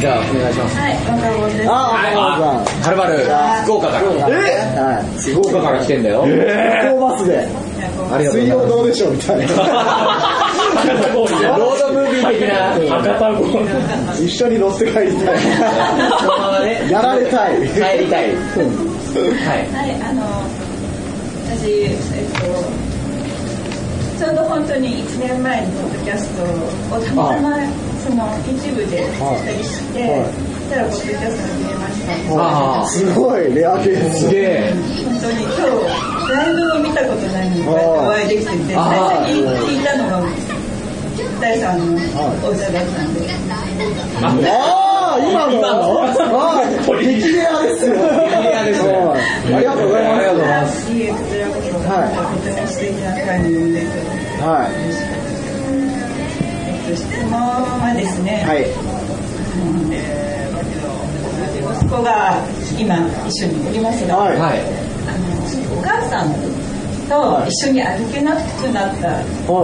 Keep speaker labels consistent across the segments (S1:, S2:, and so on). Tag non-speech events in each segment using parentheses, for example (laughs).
S1: じゃあお願いします
S2: はい、若者です。
S3: あ
S1: はい
S3: あ、
S1: あはるばる福岡から
S3: えはい。
S1: 福岡から来てんだよ
S3: 観光バスで、
S1: ありがと
S3: 水曜
S1: うございます
S3: どうでしょうみたいな。
S1: (laughs) ロードムービー的な
S3: (laughs) 一緒に乗って帰りた
S1: そのままね
S3: い。やられたい。
S1: 帰りたいはい
S2: はい、あの、私、えっと、ちょうど本当に1年前にポッドキャストをたまたま、その一部でしたりして、
S3: はい
S2: そしたらポッドキャストに見えました。
S1: ああ
S3: すごい、レアケース。
S1: すげえ
S2: 本当に今日、ライブを見たことないのに、こうやってお会いできてて、最
S1: あー
S2: 初に聞いたのが、大さんのお歌だったんで、
S3: ああ、今の
S1: 今の
S3: ああ、激レアですよ。
S1: 激レアですね
S3: はいありがとうございます。
S1: ありがとうございます
S2: いいえ、こちらこそ、本当に素敵な会に呼んでいただ
S3: は
S2: いて。質問はですね、
S3: い。はい。
S2: 息子が今一緒におりますが、
S3: はい
S1: はい
S2: あのお母さんと一緒に歩けなくなった、
S3: は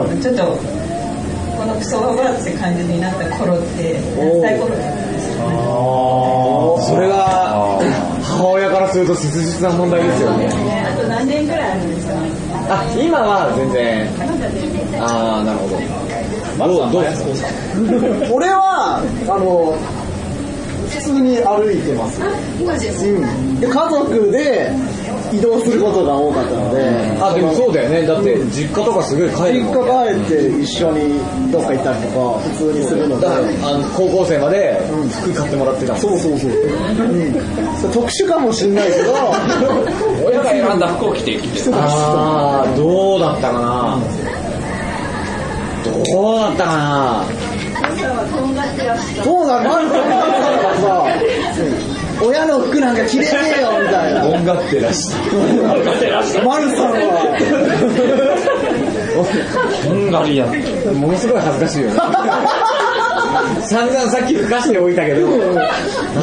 S3: い
S2: ちょっとこのクソババアって感じになった頃って何歳頃だったんですかね
S1: それが母親からすると切実な問題ですよね
S2: ねあと何年くらいあるんですかね
S1: あ今は全然ああなるほどどうどうですか
S3: 俺は、あの、普通に歩いてます。うん。で、家族で移動することが多かったので、
S1: あでもそうだよねだって実家とかすごい帰るも
S3: 実
S1: ん
S3: 家帰って一緒にどっか行ったりとか、普通にするので
S1: だ。からあの高校生まで服買ってもらってたもん
S3: そうそうそう。うん。それ特殊かもしれないけど、
S1: 親が選んだ服を
S4: 来てきて
S3: 来てました。
S1: ああどうだったかなどうだったかな
S3: そうなのなんかさ、親の服なんか着れねえよみたいな。
S1: 音楽ってらした
S3: マルさんは、
S4: ハンガリアン
S1: ものすごい恥ずかしいよね (laughs) 散々さっき吹かしておいたけど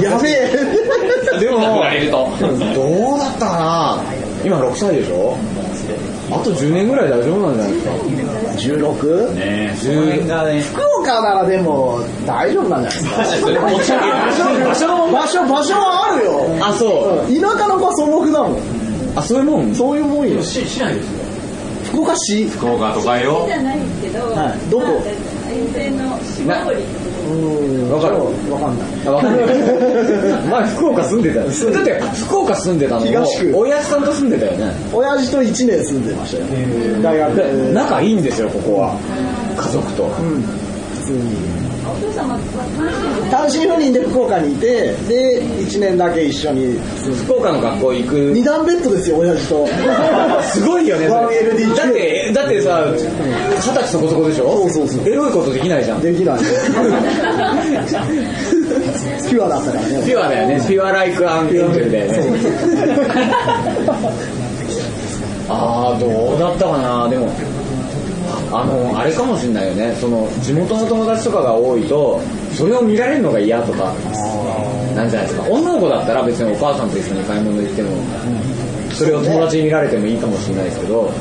S3: やべえ。
S1: で
S3: (laughs)
S1: も
S4: がいると
S1: どうだったかな今6歳でしょあと10年ぐらい大丈夫なんじゃないですか
S3: 16?
S4: ね
S1: その辺がね
S3: 福岡ならでも大丈夫なんじゃ (laughs) ないですか。
S4: 持ち上げる
S3: 場所場所場所はあるよ。
S1: あそ
S3: う
S1: う
S3: ん田舎の子は素朴だもん。
S1: あそういうも
S3: (laughs)
S1: ん
S3: そういうもんよ。
S4: ししないですよ
S3: 福岡市
S4: 福岡とかよ
S2: じゃないけど、
S3: はいどこ
S2: まあ遠征の島堀
S3: うん
S1: わかる
S3: わかんない。
S1: あわかんない前福岡住んでたよだって福岡住んでたのも
S3: 東区
S1: 親父さんと住んでたよね
S3: 親父と1年住んでましたよ。大学
S1: で
S3: で。
S1: 仲いいんですよここは家族と
S3: うん。普通に。
S2: お父様は単
S3: 単身赴任で福岡にいて、で、1年だけ一緒に住んで。
S1: 福岡の学校行く
S3: 二段ベッドですよ、親父 (laughs) と。
S1: すごいよねそれ
S3: 1LDK
S1: だってだってさ二十歳そこそこでしょ
S3: そうそうそう
S1: エロいことできないじゃん
S3: で (laughs) きない。ピュアだったからね。
S1: ピュアだよねピュアライクアンエンジェルだよね (laughs) ああどうだったかなでもあのあれかもしんないよねその地元の友達とかが多いとそれを見られるのが嫌とかなんじゃないですか女の子だったら別にお母さんと一緒に買い物行ってもそれを友達に見られてもいいかもしれないですけど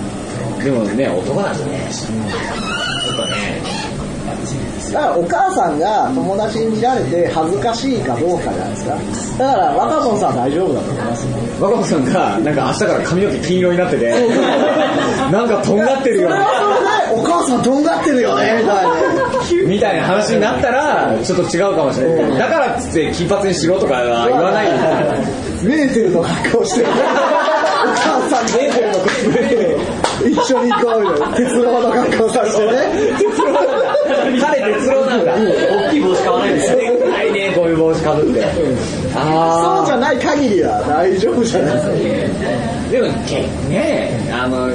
S1: でもね男だとねとかね
S3: だからお母さんが友達に見られて恥ずかしいかどうかじゃないですか。だから若者さんは大丈夫だと思います。
S1: 若子さんがなんか明日から髪の毛金色になってて (laughs) なんかとんがってるよ
S3: それはそれで、お母さんとんがってるよね、みたいな。
S1: みたいな話になったらちょっと違うかもしれないだからっつって金髪にしろとかは言わないよ
S3: メーテルの格好してる。お母さんメーテルの格好してる。一緒に行こうみたいな。鉄郎の格好させてね。鉄郎
S1: 彼鉄郎なんだ大きい帽子買わないですねないねこういう帽子かぶって
S3: そう
S1: あ
S3: じゃない限りは大丈夫じゃないですか。
S1: あでもけねえあの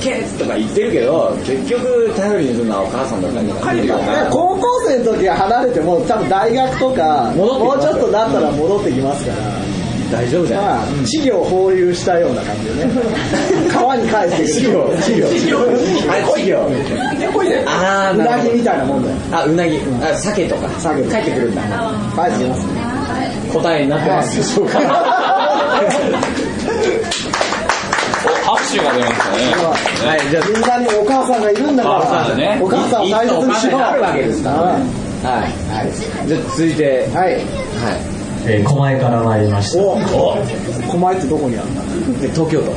S1: ケツとか言ってるけど結局頼りにするのはお母さんだから帰るよな
S3: 高校生の時は離れても多分大学とか
S1: 戻ってき
S3: も
S1: ま
S3: う
S1: す
S3: ちょっとなったら戻ってきますから、
S1: 大丈夫じゃん
S3: まあ稚魚を放流したような感じ
S1: (laughs)
S3: でね川に帰って
S1: 稚魚稚魚あれ稚魚ああ
S3: う
S1: な
S3: な
S1: る
S3: ぎ
S1: ほど
S3: みたいなもんだよ
S1: あうなぎあ鮭とか
S3: 鮭
S1: 帰ってくるんだ
S3: 帰ってきますね
S1: 答えになってますでし (laughs) ょうか
S4: 拍手が出ましたね
S1: はいじゃあ
S3: みんなにお母さんがいるんだから
S4: お母さんね
S3: お母さんを大切にし
S1: いいお母さんになるわけで
S3: よ
S1: す
S3: う
S1: はい。はい。じゃあ続いて、はい。
S3: はい。
S5: えー、狛江から参りました。
S3: お、狛江ってどこにあるんだ
S1: で東京都。は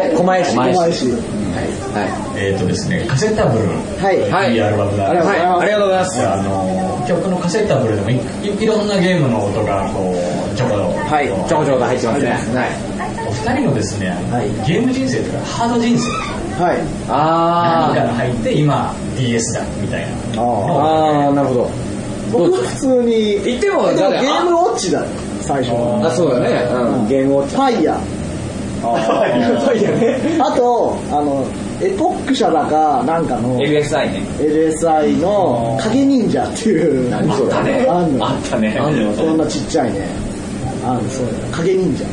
S1: い。狛江市。
S3: 狛江市。
S1: は
S5: えっ、とですね、カセッタブルの
S3: はい。
S1: い。はい。
S5: いいアルバムだ
S1: ありがとうございます。ありがとうございます。
S5: あのー曲のカセッタブルでもいいいろんなゲームの音がこうちょこちょこ
S1: はい。ちょこちょこと入ってますね。はい。
S5: お二人のですね、ゲーム人生というかハード人生
S3: はい。
S1: あ
S5: 何から入って今 DS だみたいな
S1: ー。あー、なるほど。
S3: 僕普通に。
S1: 言っても
S3: でも
S1: 誰
S3: ゲームウォッチだよ、最初は。
S1: あ、そうだね。うん。ゲームウォッチ
S3: フ。ァイヤー。
S1: そうやね。
S3: あと、あの、エポック社だか、なんかの
S4: LSI ね
S3: LSI の影忍者っていう。
S1: 何それ
S3: あんの
S4: あったね
S1: あんの
S3: そんなちっちゃいね。あの、そうだ影忍者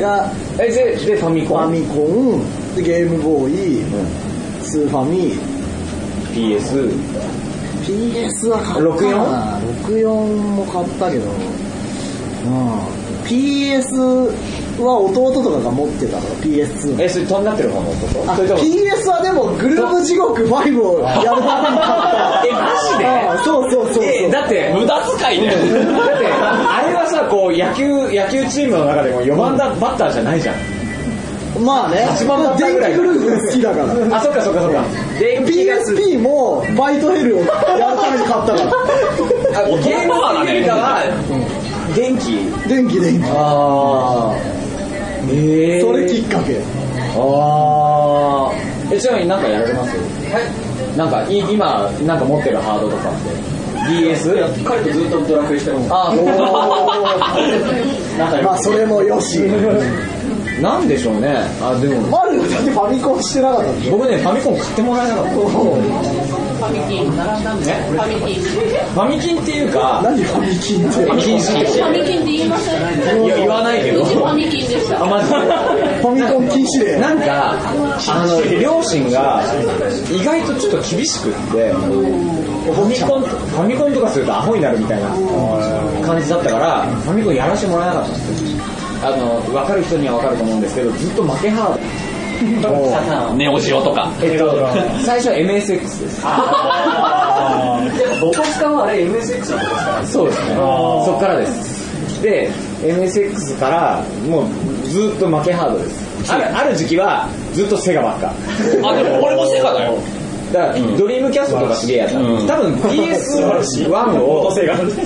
S3: が、
S1: え、で、で、ファミ
S3: フ
S1: コ
S3: ァ
S1: ン。
S3: ミコン、でゲームボーイ、スーファミ、
S1: PS。
S3: PS は買ったな 64? も買ったけど、うん、PS は弟とかが持ってたから PS2
S1: え、それ飛んなってる方の男
S3: あ
S1: それとも。
S3: PS はでもグループ地獄5をやるために買った
S1: えマジで
S3: ああそうそうそうそう
S1: え、だって、
S4: 無駄遣いだよ
S1: だって、あれはさ、こう、野球、野球チームの中でも4番だ、バッターじゃないじゃん。
S3: まあね
S1: 一番買ったぐらい
S3: 電気グループ好きだから
S1: あ、そっかそっかそっか。電気がつ
S3: PSP もバイトヘルをやるために買ったから
S1: あゲームはよりかは、電気。
S3: 電気電気
S1: あー。えー。
S3: それきっかけ
S1: あー。え、ちなみになんかやられますはい。なんか、い今、なんか持ってるハードとかって。DS?
S4: 彼とずっとドラクエしてます
S1: あ
S4: (laughs)
S1: ー、そう。なんか、
S3: まあそれもよし
S1: なんでしょうね。あ、でも、
S3: マルだってファミコンしてなかったんでしょ
S1: 僕ね、ファミコン買ってもらえなかった。ファミキンっていうか、
S3: 何ファミキンって
S1: 禁止。
S6: ファミキンって言いません
S1: いや、言わないけど
S6: う。ちファミキンでした
S1: あ、まず、
S3: ファミコン禁止令。
S1: なんか、あの、両親が意外とちょっと厳しくって、ファミコン、ファミコンとかするとアホになるみたいな感じだったから、ファミコンやらせてもらえなかったんですよ。あの、分かる人には分かると思うんですけど、ずっと負け派
S4: ネオジオとか
S1: えっと、最初は MSX です。
S5: ボカスカはあれ MSX のボカスカ
S1: そうですね。そっからです。で、MSX から、もうずっと負けハードです。あるある時期は、ずっとセガばっか。
S4: あでも俺もセガだよ
S1: だから、ドリームキャストとかすげえやった。
S4: うん
S1: 多分 PS1 を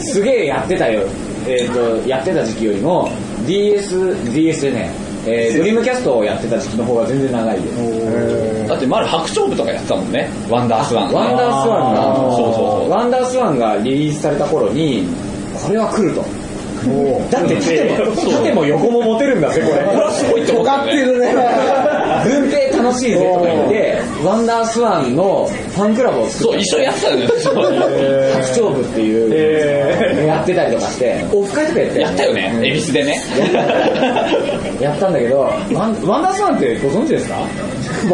S1: すげえやってたよ。えっ、と、やってた時期よりも、DS、DS でね、えードリームキャストをやってた時期の方が全然長いよ。
S4: だって丸白鳥部とかやってたもんねワンダースワン
S1: ワンダースワンが、
S4: そうそうそう
S1: ワンダースワンがリリースされた頃に、これは来ると。だって縦も縦も横も持てるんだぜ、これ。
S4: これはすごいってこと
S3: 尖
S4: だ
S3: っ
S4: よ
S3: て
S4: ね
S3: るね。
S1: 軍兵楽しいぜとか言って、ワンダースワンのファンクラブを作
S4: そ
S1: っ
S4: う
S1: て、
S4: 一緒にやってたんだよねそう
S1: 白鳥部っていう、やってたりとかして、オフ会とかやった
S4: やったよね恵比寿でね
S1: やったんだけど、ワンワンダースワンってご存知ですか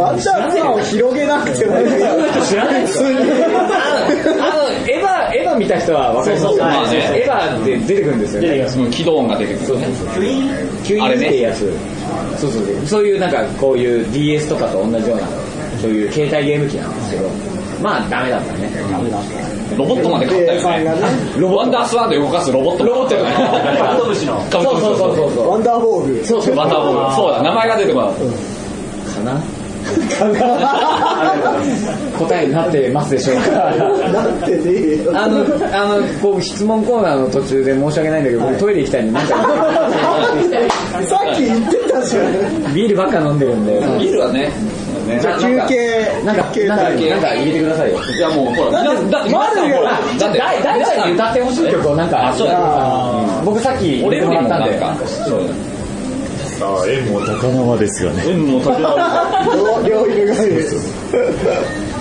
S3: ワンダーツアーを広げなくてもいい。
S1: 知らないですかあの、あのエヴァ、エヴァ見た人はわかりま
S4: そうそ
S1: すよ
S4: うまあね
S1: エヴァって出てくるんですよね。
S4: うん軌道音が出てくるね
S1: 吸引
S4: あれ
S1: って
S4: ね
S1: やつ、そうそうそういうなんかこういう DS とかと同じようなそういう携帯ゲーム機なんですけどまあダメだったね
S4: ロボットまで買った
S3: さんが
S4: よ
S3: ね
S4: ね。ワンダースワンで動かすロボットロボットカブトムシのカブトム
S1: そう
S4: シ
S1: そうそうそう
S3: ワンダーボ
S1: (laughs)
S3: ール。
S1: そうそう
S4: ワンダーボールそうだ名前が出てこなかった
S1: かな答えになってますでしょう (laughs) か
S3: なってねえよ。
S1: あの、あの、こう質問コーナーの途中で申し訳ないんだけど、僕トイレ行きたいんで、なんか、
S3: さっき言ってたじゃん。
S1: ビールばっか飲んでるんで、
S4: ビールはね
S3: じゃあ休憩。
S1: なんか、
S3: 携
S1: なんか、
S3: 帯。
S1: なんか入れてくださいよ。
S4: いやもうほら
S3: だって
S4: 皆だって皆
S3: まだ
S4: さん
S3: よ
S4: ほら
S1: じゃ
S4: だっ
S1: あ、
S4: て
S1: 大
S4: 皆
S1: ち
S4: さ
S1: ゃんに
S4: ん
S1: 歌ってほしい曲をなんか、
S4: あそうだ
S1: 僕さっき入
S4: 俺
S1: れて
S4: よ
S1: も
S4: り
S1: ら
S4: も
S1: ったん
S4: なん
S1: で。
S4: かそうだ
S7: さあ、縁も高輪ですよね。
S4: 縁も竹縄
S3: 両入れがいる。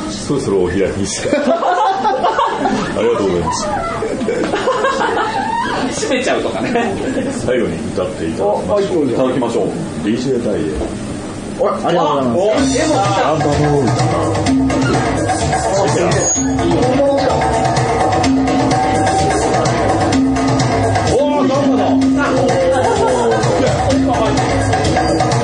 S7: そろそろお開きに
S8: (laughs)
S7: して。ありがとうございます。
S4: 閉めちゃうとかね
S7: 最後に歌っていただきましょう。
S4: いただきましょう
S7: DJ ダイエット。
S3: ありがとうございます。
S7: あんたもう
S9: 「君の声が聞こえて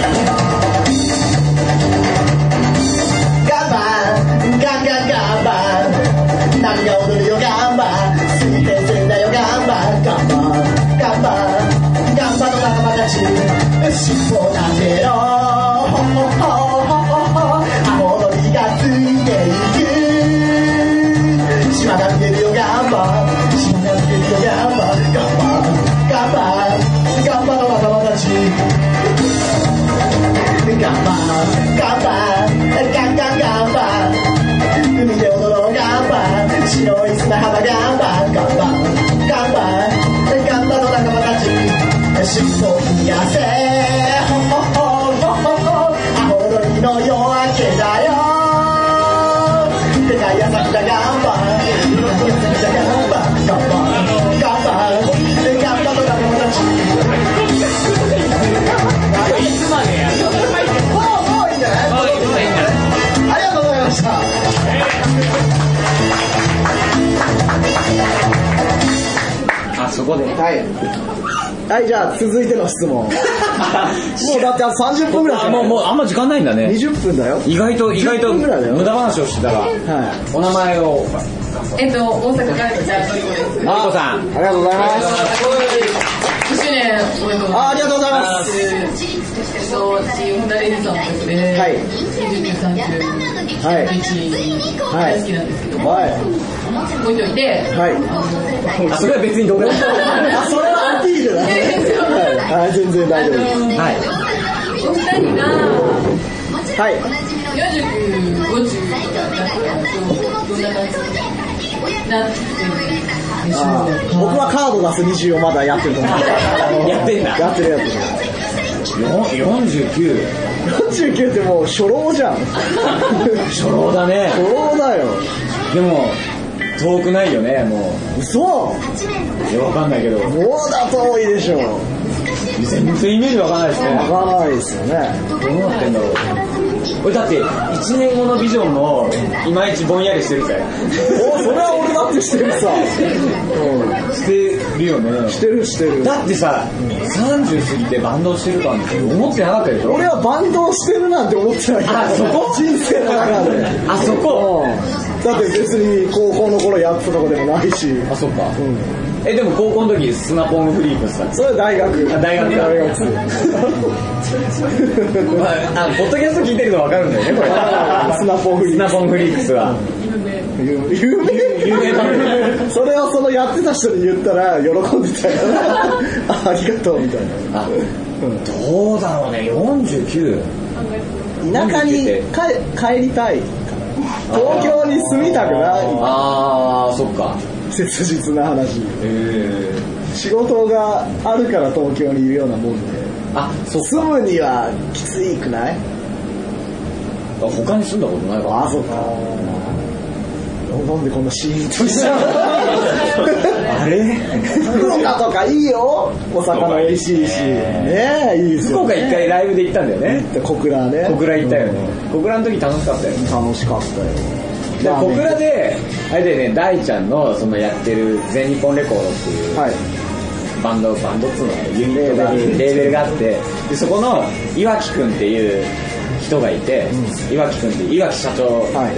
S9: くる」しそやせほほほほほほほろいの夜明けだよでかい朝日だがばい朝日だがばがばがばでがばとが友達いつまでやるもうもういいんじゃないありがとうございました
S1: あそこで
S3: はい。はい、じゃあ、続いての質問。もうだってあと30分ぐらいし
S1: あ
S3: かな
S1: も
S3: いう
S1: もうあんま時間ないんだね
S3: 20分だよ。
S1: 意外と意外と
S3: 10分ぐらいだよ
S1: 無駄話をしてたら
S3: はい。
S1: お名前を
S10: えっと、大阪から来たということです。
S1: あこさん
S3: ありがとうございます。
S10: 1周年おめでとうございます。
S3: あありがとうございます。
S10: えっと、私、ホンダレディさんのことで、
S3: はい
S10: 29、30、
S3: はい
S10: 31、
S3: はい
S10: 大好きなんですけども、
S3: は
S10: 置いといて、
S3: い。はい。
S1: あそれは別にどうでもいい
S3: あ、それはアピールだね。はい、全然
S10: あ
S3: 大
S10: の
S3: 丈夫で
S1: はい
S10: お二人が
S3: す。はい。
S10: 49、50だったら、どんな感じになってるでしょう
S3: あー僕はカード出す24まだやってると思う。
S1: やってんだ
S3: やってるやってる。
S1: よ49
S3: 49ってもう初老じゃ (laughs) ん。初
S1: 初老だね
S3: 老だよ。
S1: でも遠くないよねも
S3: 嘘も
S1: ういやわかんないけど
S3: うだと多いでしょ。
S1: 全然イメージわかんないですね
S3: わからないですよね。
S1: どうなってんだろう俺だって1年後のビジョンもいまいちぼんやりしてるぜ
S3: お、それは俺だってしてるさ。うん。
S1: してるよね
S3: してるしてる。
S1: だってさ30過ぎてバンドしてるとは思ってなかったでしょ
S3: 俺はバンドをしてるなんて思ってないから
S1: あそこ
S3: 人生の中で
S1: あそこ
S3: うんだって別に高校の頃やってたとこでもないし
S1: あそっか
S3: うん
S1: えでも高校の時スナポンフリークした
S3: それは大学
S1: あ大学だ
S3: 大
S1: (laughs)
S3: 学
S1: まあ、あポッドキャスト聞いてるとわかるんだよね、これ。
S3: スナポンフリークス
S1: (laughs) スナポンフリークスは。
S3: 有名
S1: 有名だ
S3: それをそのやってた人に言ったら喜んで (laughs) たよあありがとうみたい
S1: あ、どうだろうね、49。
S3: な田舎にか帰りたい東京に住みたくない
S1: あー、そっか。
S3: 切実な話
S1: え
S3: 仕事があるから東京にいるようなもんで
S1: あ、そっ
S3: 住むにはきついくない
S1: か。他に住んだことないわ。
S3: あ、そうか。なんでこんなシーンと (laughs) した
S1: あれ
S3: 福岡とかいいよ。お魚美味しいし。ねえ、いいです
S1: 福
S3: よ、
S1: 岡一
S3: ね。
S1: 回ライブで行ったんだよね。
S3: 回。小倉ね。
S1: 小倉行ったよね。小倉の時楽しかったよね。
S3: うん。楽しかったよ。
S1: で
S3: ラーメ
S1: 小
S3: ン
S1: 倉で、あれだよね、大ちゃんのそのやってる全日本レコードっていう、
S3: はい。
S1: バンドバンドっつうのユニットが
S3: レ
S1: レ
S3: ーベル
S1: ーベルがあってでそこの岩城くんっていう人がいて、岩城くんって岩城社長だよね、
S3: はいは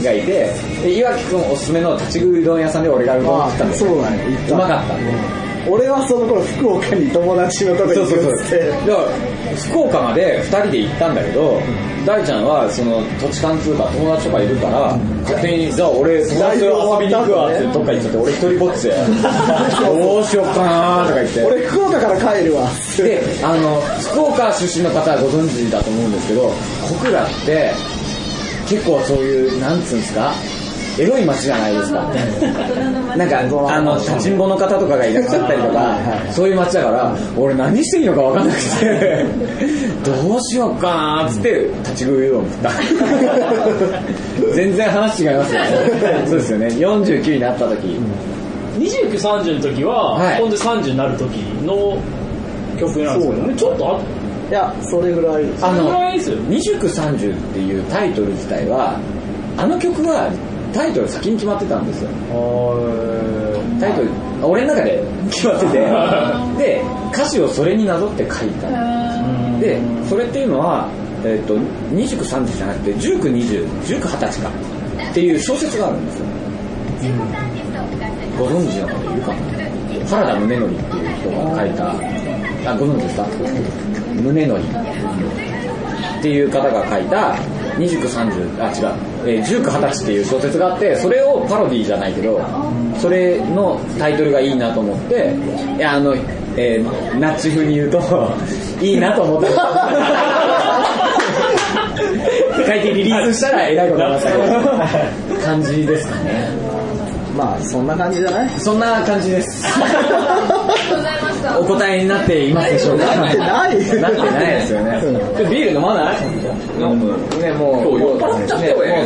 S3: い
S1: がいてで岩城くんおすすめの立ち食いうどん屋さんで俺がうどん食ったんだよ
S3: そうだね。行った。
S1: うまかった
S3: 俺はその頃福岡に友達のとこ
S1: そ
S3: 行
S1: うそうそう
S3: くっつって
S1: だから福岡まで2人で行ったんだけど、大ちゃんはその土地勘通貨友達とかいるから、勝手にじゃあ俺友達と遊びに行くわってどっか行っちゃって俺一人ぼっちでどうしよっかなーとか言っ
S3: (laughs)
S1: て
S3: 俺福岡から帰るわ。
S1: であの福岡出身の方はご存知だと思うんですけど小倉って結構そういうなんつうんですかエロい街じゃないですかなんかあの立ちんぼの方とかがいらっしゃったりとかそういう街だから俺何していいのか分かんなくてどうしようかなーっつって立ち食いうどん (laughs) 食った全然話違い (laughs) ますよねそうですよね49になった時、
S8: 29、30の時は、
S1: はい
S8: ほんで30になる時の曲なんですけどね、ちょっとあっ
S3: いや、それぐらい。
S1: あ
S8: それ
S1: の
S8: ぐらいですよ
S1: 二十九三十っていうタイトル自体はあの曲はタイトル先に決まってたんですよタイトル俺の中で決まっててで歌詞をそれになぞって書いたでそれっていうのは、えっと2930じゃなくて19201920歳かっていう小説があるんですよご存知の方いるかな原田宗則っていう人が書いたあご存知ですか宗則っていう方が書いた2930あ違う、えー、1920っていう小説があってそれをパロディじゃないけどそれのタイトルがいいなと思っていやあの、えーナッチ風に言うと (laughs) いいなと思って書いてリリースしたらえらいことになったけど感じですかね
S3: まあ、そんな感じじゃない (laughs)
S1: そんな感じです。
S6: ありがとうございました。
S1: お答えになっていますでしょうか
S3: なってない
S1: なってないですよね。ビール飲まないね、もう、もう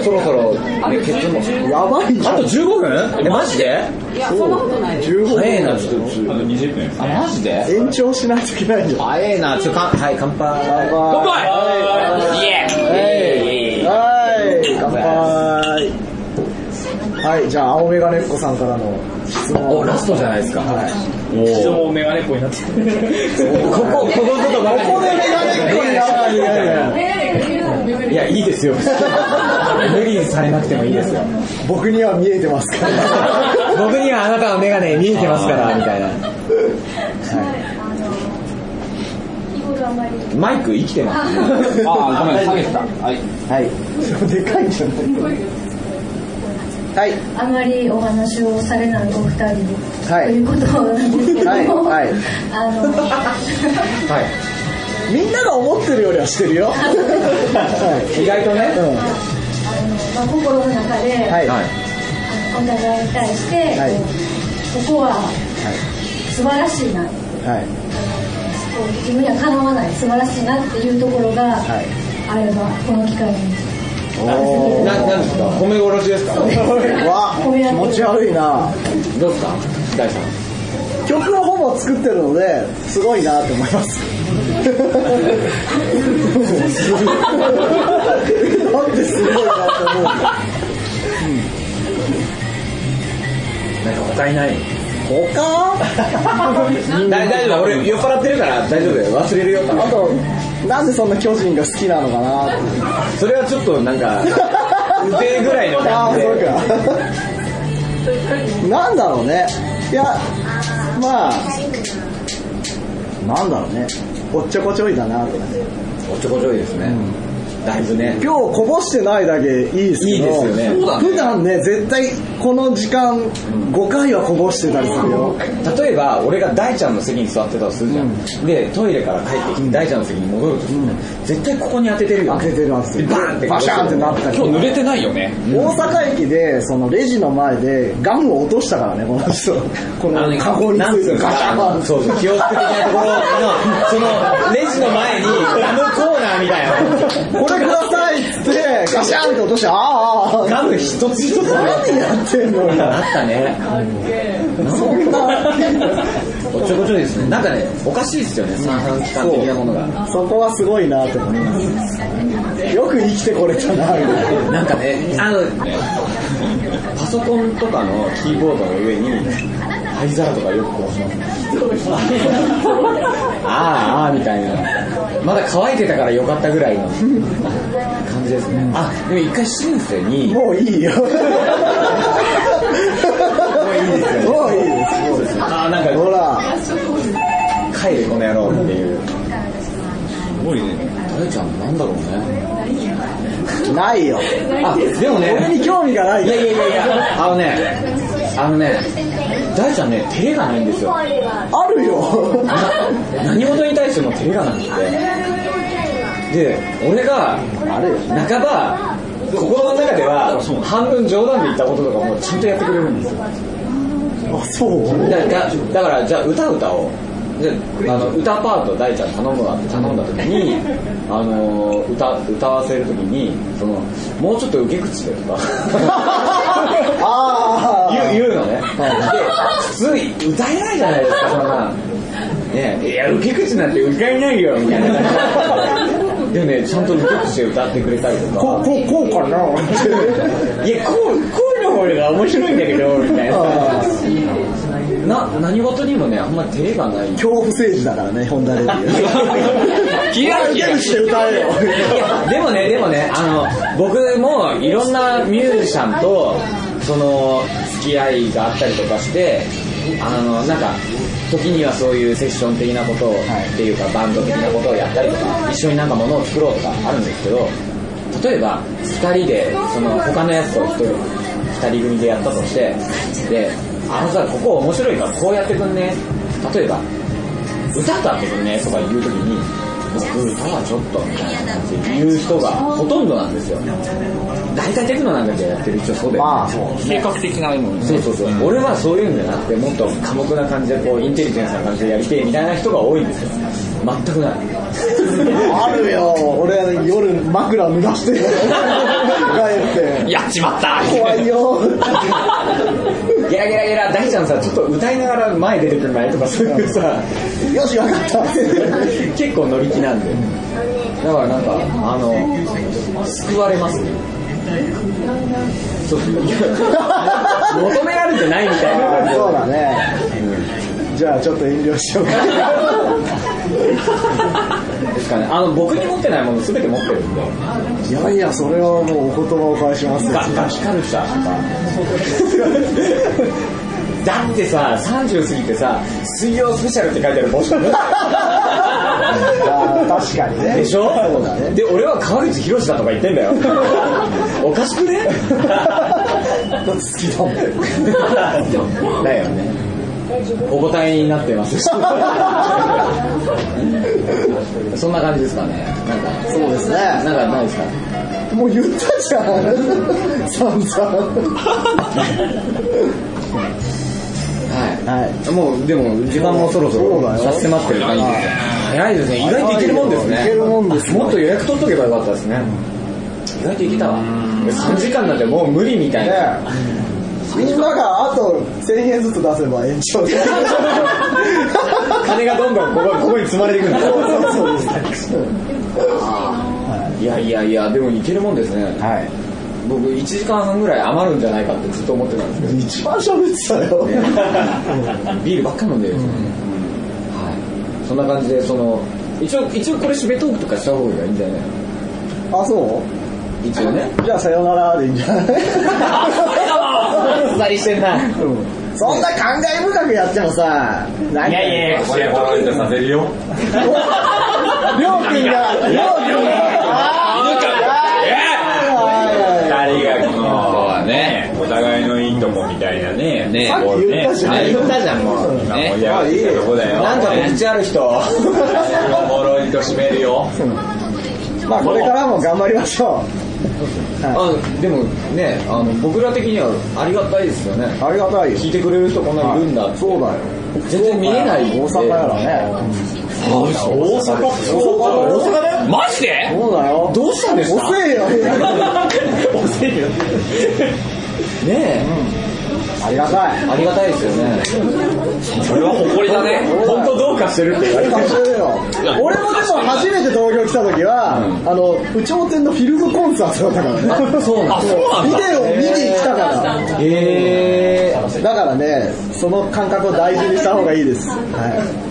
S1: そろそろ、ね、ケツも。
S3: やばいじゃん
S1: あと15分え、マジで
S6: いや、そんなことないです。
S3: 15
S1: 早い
S3: 分
S1: な、ちょっ
S7: あと20分
S1: と。あ、マジで
S3: 延長しないといけないじゃん
S1: 早いな、ちょ、かん、はい、乾杯。乾
S3: 杯
S1: イエーイ
S3: はい乾杯はいじゃあ青メガネっ子さんからの質問
S1: お、ラストじゃないですか。
S3: はい
S8: 人もメガネっぽいなって
S1: ここ、ここのことばっかり
S3: ここでメガネっ子にならないやいや
S1: いや、いいですよ。無理にされなくてもいいですよ。
S3: 僕には見えてますから
S1: 僕にはあなたのメガネ見えてますから、みたいな。
S2: 日頃あまり
S1: マイク生きてます。
S4: ああ、ごめん、下げてた。はい。
S3: はいでかいんじゃないはい
S11: あまりお話をされないお二人に、
S3: はい
S11: ということなんですけども、
S3: はいはい
S11: あの
S3: みんなが思ってるよりはしてるよはい
S1: (laughs) 意外とね。
S3: うん
S11: あの、まあ、心の中で、
S3: はい
S1: はい。
S11: あのお互いに対して、
S3: はい
S11: ここは素晴らしいなこ
S3: はいう
S11: 自分にはかなわない素晴らしいなっていうところが
S3: はい
S11: あれば、この機会に
S3: おー
S1: な、なんですか褒め殺しですか
S3: わ気持ち悪いな
S1: どうですか大さん。
S3: 曲はほぼ作ってるのですごいなと思います (laughs) なんですごいなと思うの
S1: なんか他いない。
S3: 他
S1: 大大丈夫、俺酔っ払ってるから大丈夫だよ。忘れるよ。
S3: あとなんでそんな巨人が好きなのかなって
S1: それはちょっとなんか、うぜえぐらいの
S3: あ
S1: 感
S3: あ
S1: じ
S3: そう
S1: で。
S3: か (laughs) なんだろうねいやまあなんだろうねおっちょこちょいだなって
S1: おっちょこちょいですね。だいぶね。
S3: 今日こぼしてないだけいいですけど
S1: いいですよねそうだね
S3: 普段ね絶対この時間5回はこぼしてたりするよ
S1: 例えば俺が大ちゃんの席に座ってたとするじゃん、でトイレから帰ってきて大ちゃんの席に戻るとするじゃん絶対ここに当ててるよ
S3: 当ててるんですよ
S1: バーンって
S3: バシャーンってなったり
S4: 今日濡れてないよね。
S3: 大阪駅でそのレジの前でガムを落としたからねこの人こ
S1: あの
S3: の
S1: ね
S3: カゴにつ
S1: なん
S3: い
S1: つう
S3: て
S1: の
S3: ガシャーン
S1: そうそう気をつけてないところのそのレジの (laughs) 前にガムコーナーみたいな
S3: これくださいっつってガシャーンって落としてあーあーあー
S1: ガム一つ一つ
S3: 何やってんのよ
S1: あったね
S3: そんな
S1: おっちょこちょいですねなんかねおかしいですよね三半規管的なものが
S3: そこはすごいなと思いますよく生きてこれたなみたいな
S1: なんかねあのパソコンとかのキーボードの上に灰皿とかよくこうしますねあーあーみたいなまだ乾いてたからよかったぐらいの感じですねあでも一回シンセに
S3: もういいよもういい
S1: ですよね
S3: もういいです
S1: あーなんか
S3: ほら
S1: 帰れこの野郎っていう
S7: すごいね。
S1: 大ちゃんなんだろうね
S3: ないよ
S1: あでも (laughs) ね
S3: 俺に興味がない
S1: いやいやいやいや、あのね、あのね、大ちゃんね、照れがないんですよ。
S3: あるよ
S1: 何事に対しても照れがなくて。で、俺が、
S3: あるよ
S1: 半ば、心の中では、半分冗談で言ったこととかもちゃんとやってくれるんですよ。
S3: あそう
S1: だだだから、じゃあ歌歌を、じゃああの歌パート大ちゃん頼むわって頼んだ時に、あのー歌、歌わせる時に、その、もうちょっと受け口でとか。
S3: (laughs) あ
S1: 言う言うのね、で普通歌えないじゃないですかそんなねいや受け口なんて歌えないよみたいなでもねちゃんと受け口で歌ってくれたりと
S3: あこう
S1: か
S3: こうこうかなって
S1: いやこう声の方が面白いんだけどみたい
S3: あ
S1: なな何事にもねあんまり照れがない
S3: 恐怖政治だからね本田レディ (laughs)
S1: いやい
S3: 受
S1: や
S3: け口で歌えよ
S1: でもねでもねあの僕もいろんなミュージシャンとその付き合いがあったりとかしてあのなんか時にはそういうセッション的なことを、っていうかバンド的なことをやったりとか一緒になんかものを作ろうとかあるんですけど例えば2人でその他のやつと1人2人組でやったとしてであのさここ面白いからこうやってくんね例えば歌ったってくんねとか言うときに僕歌はちょっとみたいな感じで言う人がほとんどなんですよ大体テクノなんかでやってる人そうだよ、ね、まあそう
S8: 計画的なもんね
S1: そうそうそう、俺はそういうんじゃなくてもっと寡黙な感じでこうインテリジェンスな感じでやりてえみたいな人が多いんですよ全くない
S3: あるよ俺夜枕濡らして帰って
S8: やっちまった
S3: 怖いよ
S1: ゲラゲラゲラ大ちゃんさちょっと歌いながら前出てくる前とかそういうさ
S3: よしわかった
S1: (laughs) 結構乗り気なんでだからなんかあの救われますねそう求められてないみたいな感じ
S3: そうだね、うん、じゃあちょっと遠慮しようか
S1: ですかねあの僕に持ってないもの全て持ってるんで
S3: いやいやそれはもうお言葉を返しますよ
S1: ガキカルチャーとかだってさ30過ぎてさ「水曜スペシャル」って書いてある帽子
S3: (laughs) 確かにね
S1: でしょ
S3: そうだね
S1: で俺は川口博だとか言ってんだ (laughs) よおかしくね
S3: 好きだもん
S1: だよねお答えになって (laughs) ますしそんな感じですかねなんか
S3: そうですね
S1: なんかないですか
S3: もう言ったじゃん散々
S1: はい、もうでも時間もそろそろ差し迫ってる感じです早いですね意外といけるもんですね
S3: いけるもんです
S1: もっと予約取っとけばよかったですね意外といけたわ3時間なんてもう無理みたいな、ね、
S3: みんながあと1000円ずつ出せば延長で
S1: 金がどんどんここここに積まれていくんだそうそうそういやいやいやでもいけるもんですね
S3: はい
S1: 僕1時間半ぐらい余るんじゃないかってずっと思ってたんですけど
S3: 一番喋ってたよ
S1: ビールばっか飲んでる、うん、はい、そんな感じでその一応一応これ締めトークとかした方がいいんじゃない
S3: あそう
S1: 一応ね
S3: じゃあさよならでいいんじゃない、
S1: あっさりしてんな、うん
S3: そんな感慨深くやってもさ
S8: いやいやこれはさせるよ
S3: りょうくんがりょうくんが
S8: お互いのいいとこみたいなね。
S1: ね
S3: さっき言ったじゃん。
S1: 言ったじゃん、もう。
S8: ね、盛り上がってたとこだよ。
S1: なんか告知ある人。お
S8: もろいと締めるよ。
S3: まあ、これからも頑張りましょ
S1: う。はい、あでもねあの僕ら的にはありがたいですよね
S3: ありがたい
S1: 聞いてくれる人こんなにいるんだ、
S3: そうだよ
S1: 全然見えない
S3: 大阪やらね、
S8: 大阪大阪大阪だよマジで
S3: そうだよ
S1: どうしたんですか
S3: 遅えよ
S1: 遅えよねえ、
S3: うん、ありがたい
S1: ありがたいですよね
S8: それは誇りだね
S1: 本当どうかしてるって言われ
S3: て俺もでも初めて東京来た時は、うん、あの有頂天のフィルムコンサートだったから
S1: ねそうなん
S3: ビデオ見に来たから
S1: へ
S3: えだからねその感覚を大事にした方がいいです、はい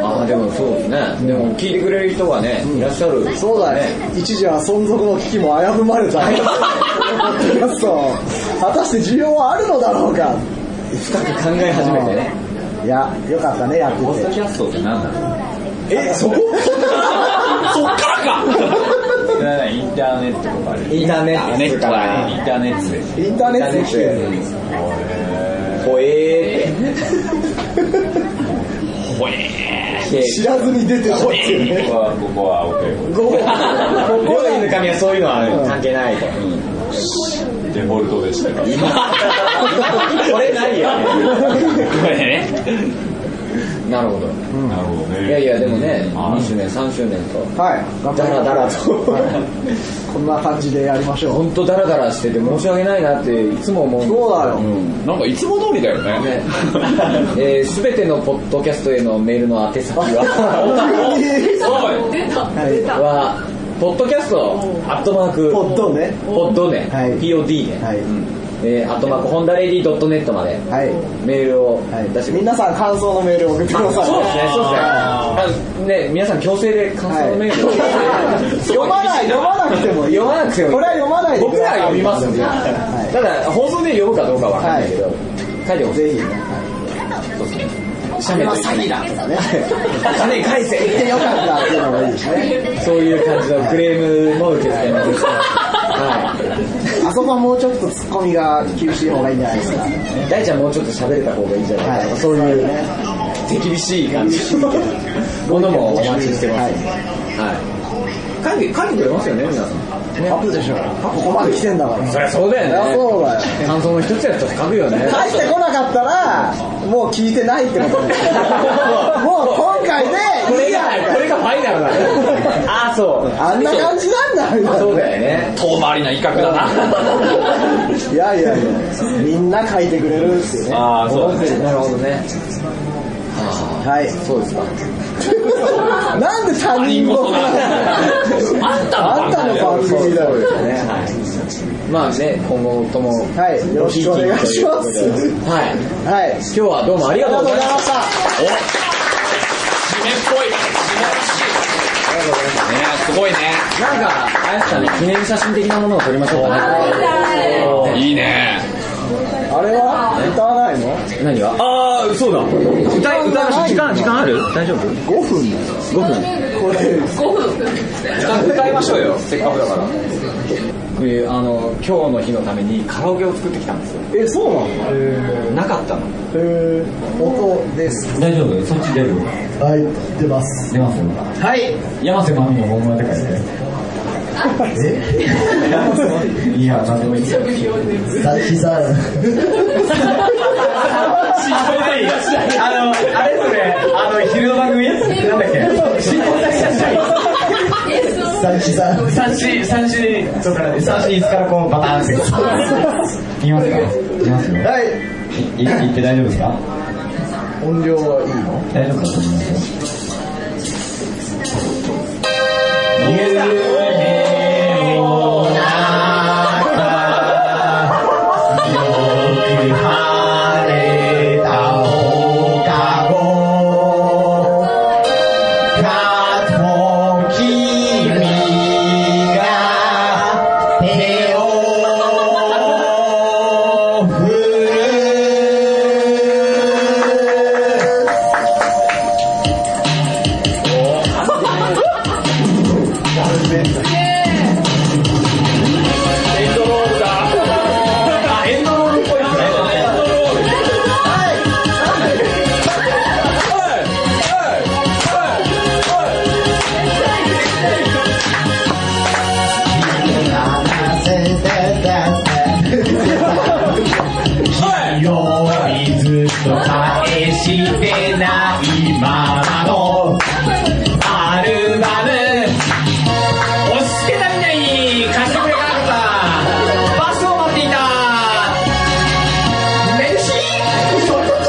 S1: あでもそうですね、でも聞いてくれる人がね、いらっしゃる、
S3: そうだね、一時は存続の危機も危ぶまれた、そう果たして需要はあるのだろうか、
S1: 深く考え始めてね、
S3: いや、よかったね、やってて、ポ
S8: ストキャストってなんだろう、
S1: え、そこ
S8: そっからかインターネットとか
S1: インターネット
S8: かインターネッ
S3: トインターネットで
S1: ほえーって
S8: ほえ
S3: 知らずに出てたっていうね
S8: ここはここは OK
S1: ここは犬神はそういうのは関係ないと、
S8: デフォルトでしたから
S1: (laughs) これないよ
S8: これね
S1: なるほど、
S8: なるほどね、
S1: いやいやでもね2周年3周年と
S3: はい
S1: ダラダラと、
S3: こんな感じでやりましょう
S1: 本当ダラダラしてて申し訳ないなっていつも思う
S3: そうだよ、う
S8: (laughs)
S3: ん
S8: なんかいつも通りだよねね、
S1: えー、全てのポッドキャストへのメールの宛先 (laughs) は
S6: 出た
S1: 出たはポッドキャストアットマーク
S3: ポッドね
S1: ポッドね、はい、POD ね、
S3: はい
S1: えー、あとまあホンダレディドットネットまで、
S3: はい、
S1: メールを出して、
S3: 皆さん感想のメールを送ってください
S1: そうですねそうですねね皆さん強制で感想のメールを、
S3: 読まない読まなくても
S1: 読まなくても
S3: これは読まないで
S1: 僕らは読みますんで、ただ放送で読むかどうかは分かんないけど、書いてほしい
S3: ぜひね、
S1: そうですね
S3: 写メは詐欺だとかね
S1: 金返せ
S3: 言ってよかったっていう (laughs) のがいいですね
S1: そういう感じのクレームも受け付けます、
S3: はい、あそこはもうちょっとツッコミが厳しい方がいいんじゃないですか
S1: 大ちゃんもうちょっと喋れた方がいいんじゃないか、はい、そういうね手厳しい感じものもお待ちしてます。はい。書いて、書いてくれますよね、皆さん。ね、
S3: アップでしょ。ここまで来てんだから。
S1: そりゃそうだよね。
S3: そりゃそうだよ。
S1: 感想の一つやったら書くよね。
S3: 返してこなかったら、もう聞いてないってことね (laughs) もう今回で、
S1: これが、これがファイナルだね。ああ、そう。
S3: あんな感じなんだ、みたいな
S1: そうだよね。
S4: 遠回りな威嚇だ
S8: (laughs)
S4: な。
S3: いやいやいや、みんな書いてくれるっていうね。
S4: ああ、そうだね。
S1: なるほどね。
S3: はい。
S1: そうですか。
S3: なんで他人事なんだ
S4: あんたの
S3: あんたの番組だろうよ。
S1: ね、はい。まあね、今後とも。
S3: はい、よろしくお願いします。
S1: はい。
S3: (laughs) はい。
S1: 今日はどうもありがとうございました。
S4: お締めっぽい。締めらしい。ねすごいね。
S1: なんか、あやさんね、記念写真的なものを撮りましょうかね。
S4: いいね。
S3: あれは歌わないの
S1: 何がああ、そうだ。歌い、歌いましょう。時間、時間ある大丈夫
S3: ?5 分だよ。
S1: ?5 分。
S3: これ、
S4: 歌いましょうよ。せっかくだから。
S1: こういう、あの、今日の日のためにカラオケを作ってきたんですよ。
S3: え、そうなのえ
S1: なかったの。
S3: ー、えー、音です。
S5: 大丈夫そっち出る
S3: はい、出ます。
S5: 出ます
S3: はい。
S5: 山瀬まみの本物って書いて。えいや、なんでもいいですよ。
S3: さっきさ、
S5: あの、あれそれ、あの、昼の番組なんだっけ進行作者
S3: さっきさ、
S5: 三四、三四、ちょっと待って三四、いつからこう、バターンって。言いますか言いますよ。
S3: はい。
S5: い言って大丈夫ですか
S3: 音量はいいの
S5: 大丈夫かと思いますよ。夢をなったよく晴れた放課後かと君が手を振るずっと返してないままのアルバム押し付け足りない貸してくれなかったバスを待っていた飯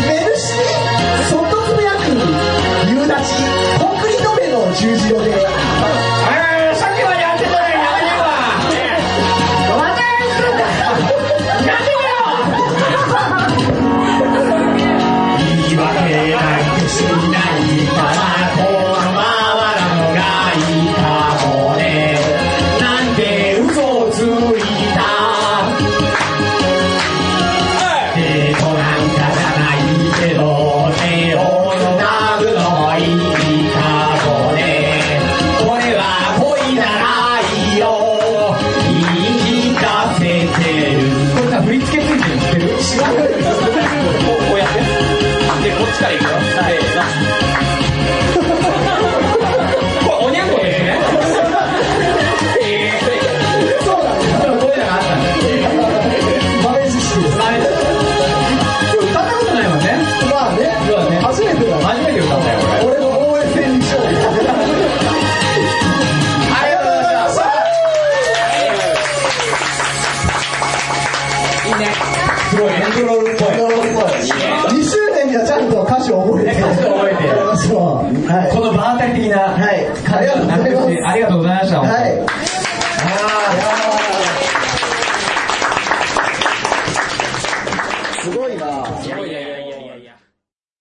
S9: メルシーそっとつぶやく夕立ちコンクリート面の十字路で
S5: 言い訳なんてしないからこのままなのがいいかもねなんで嘘をついたデートなんかじゃないけど手をつなぐのもいいかもね俺はこのバータリ的な、はい、ありがとうございました。はい。ああ。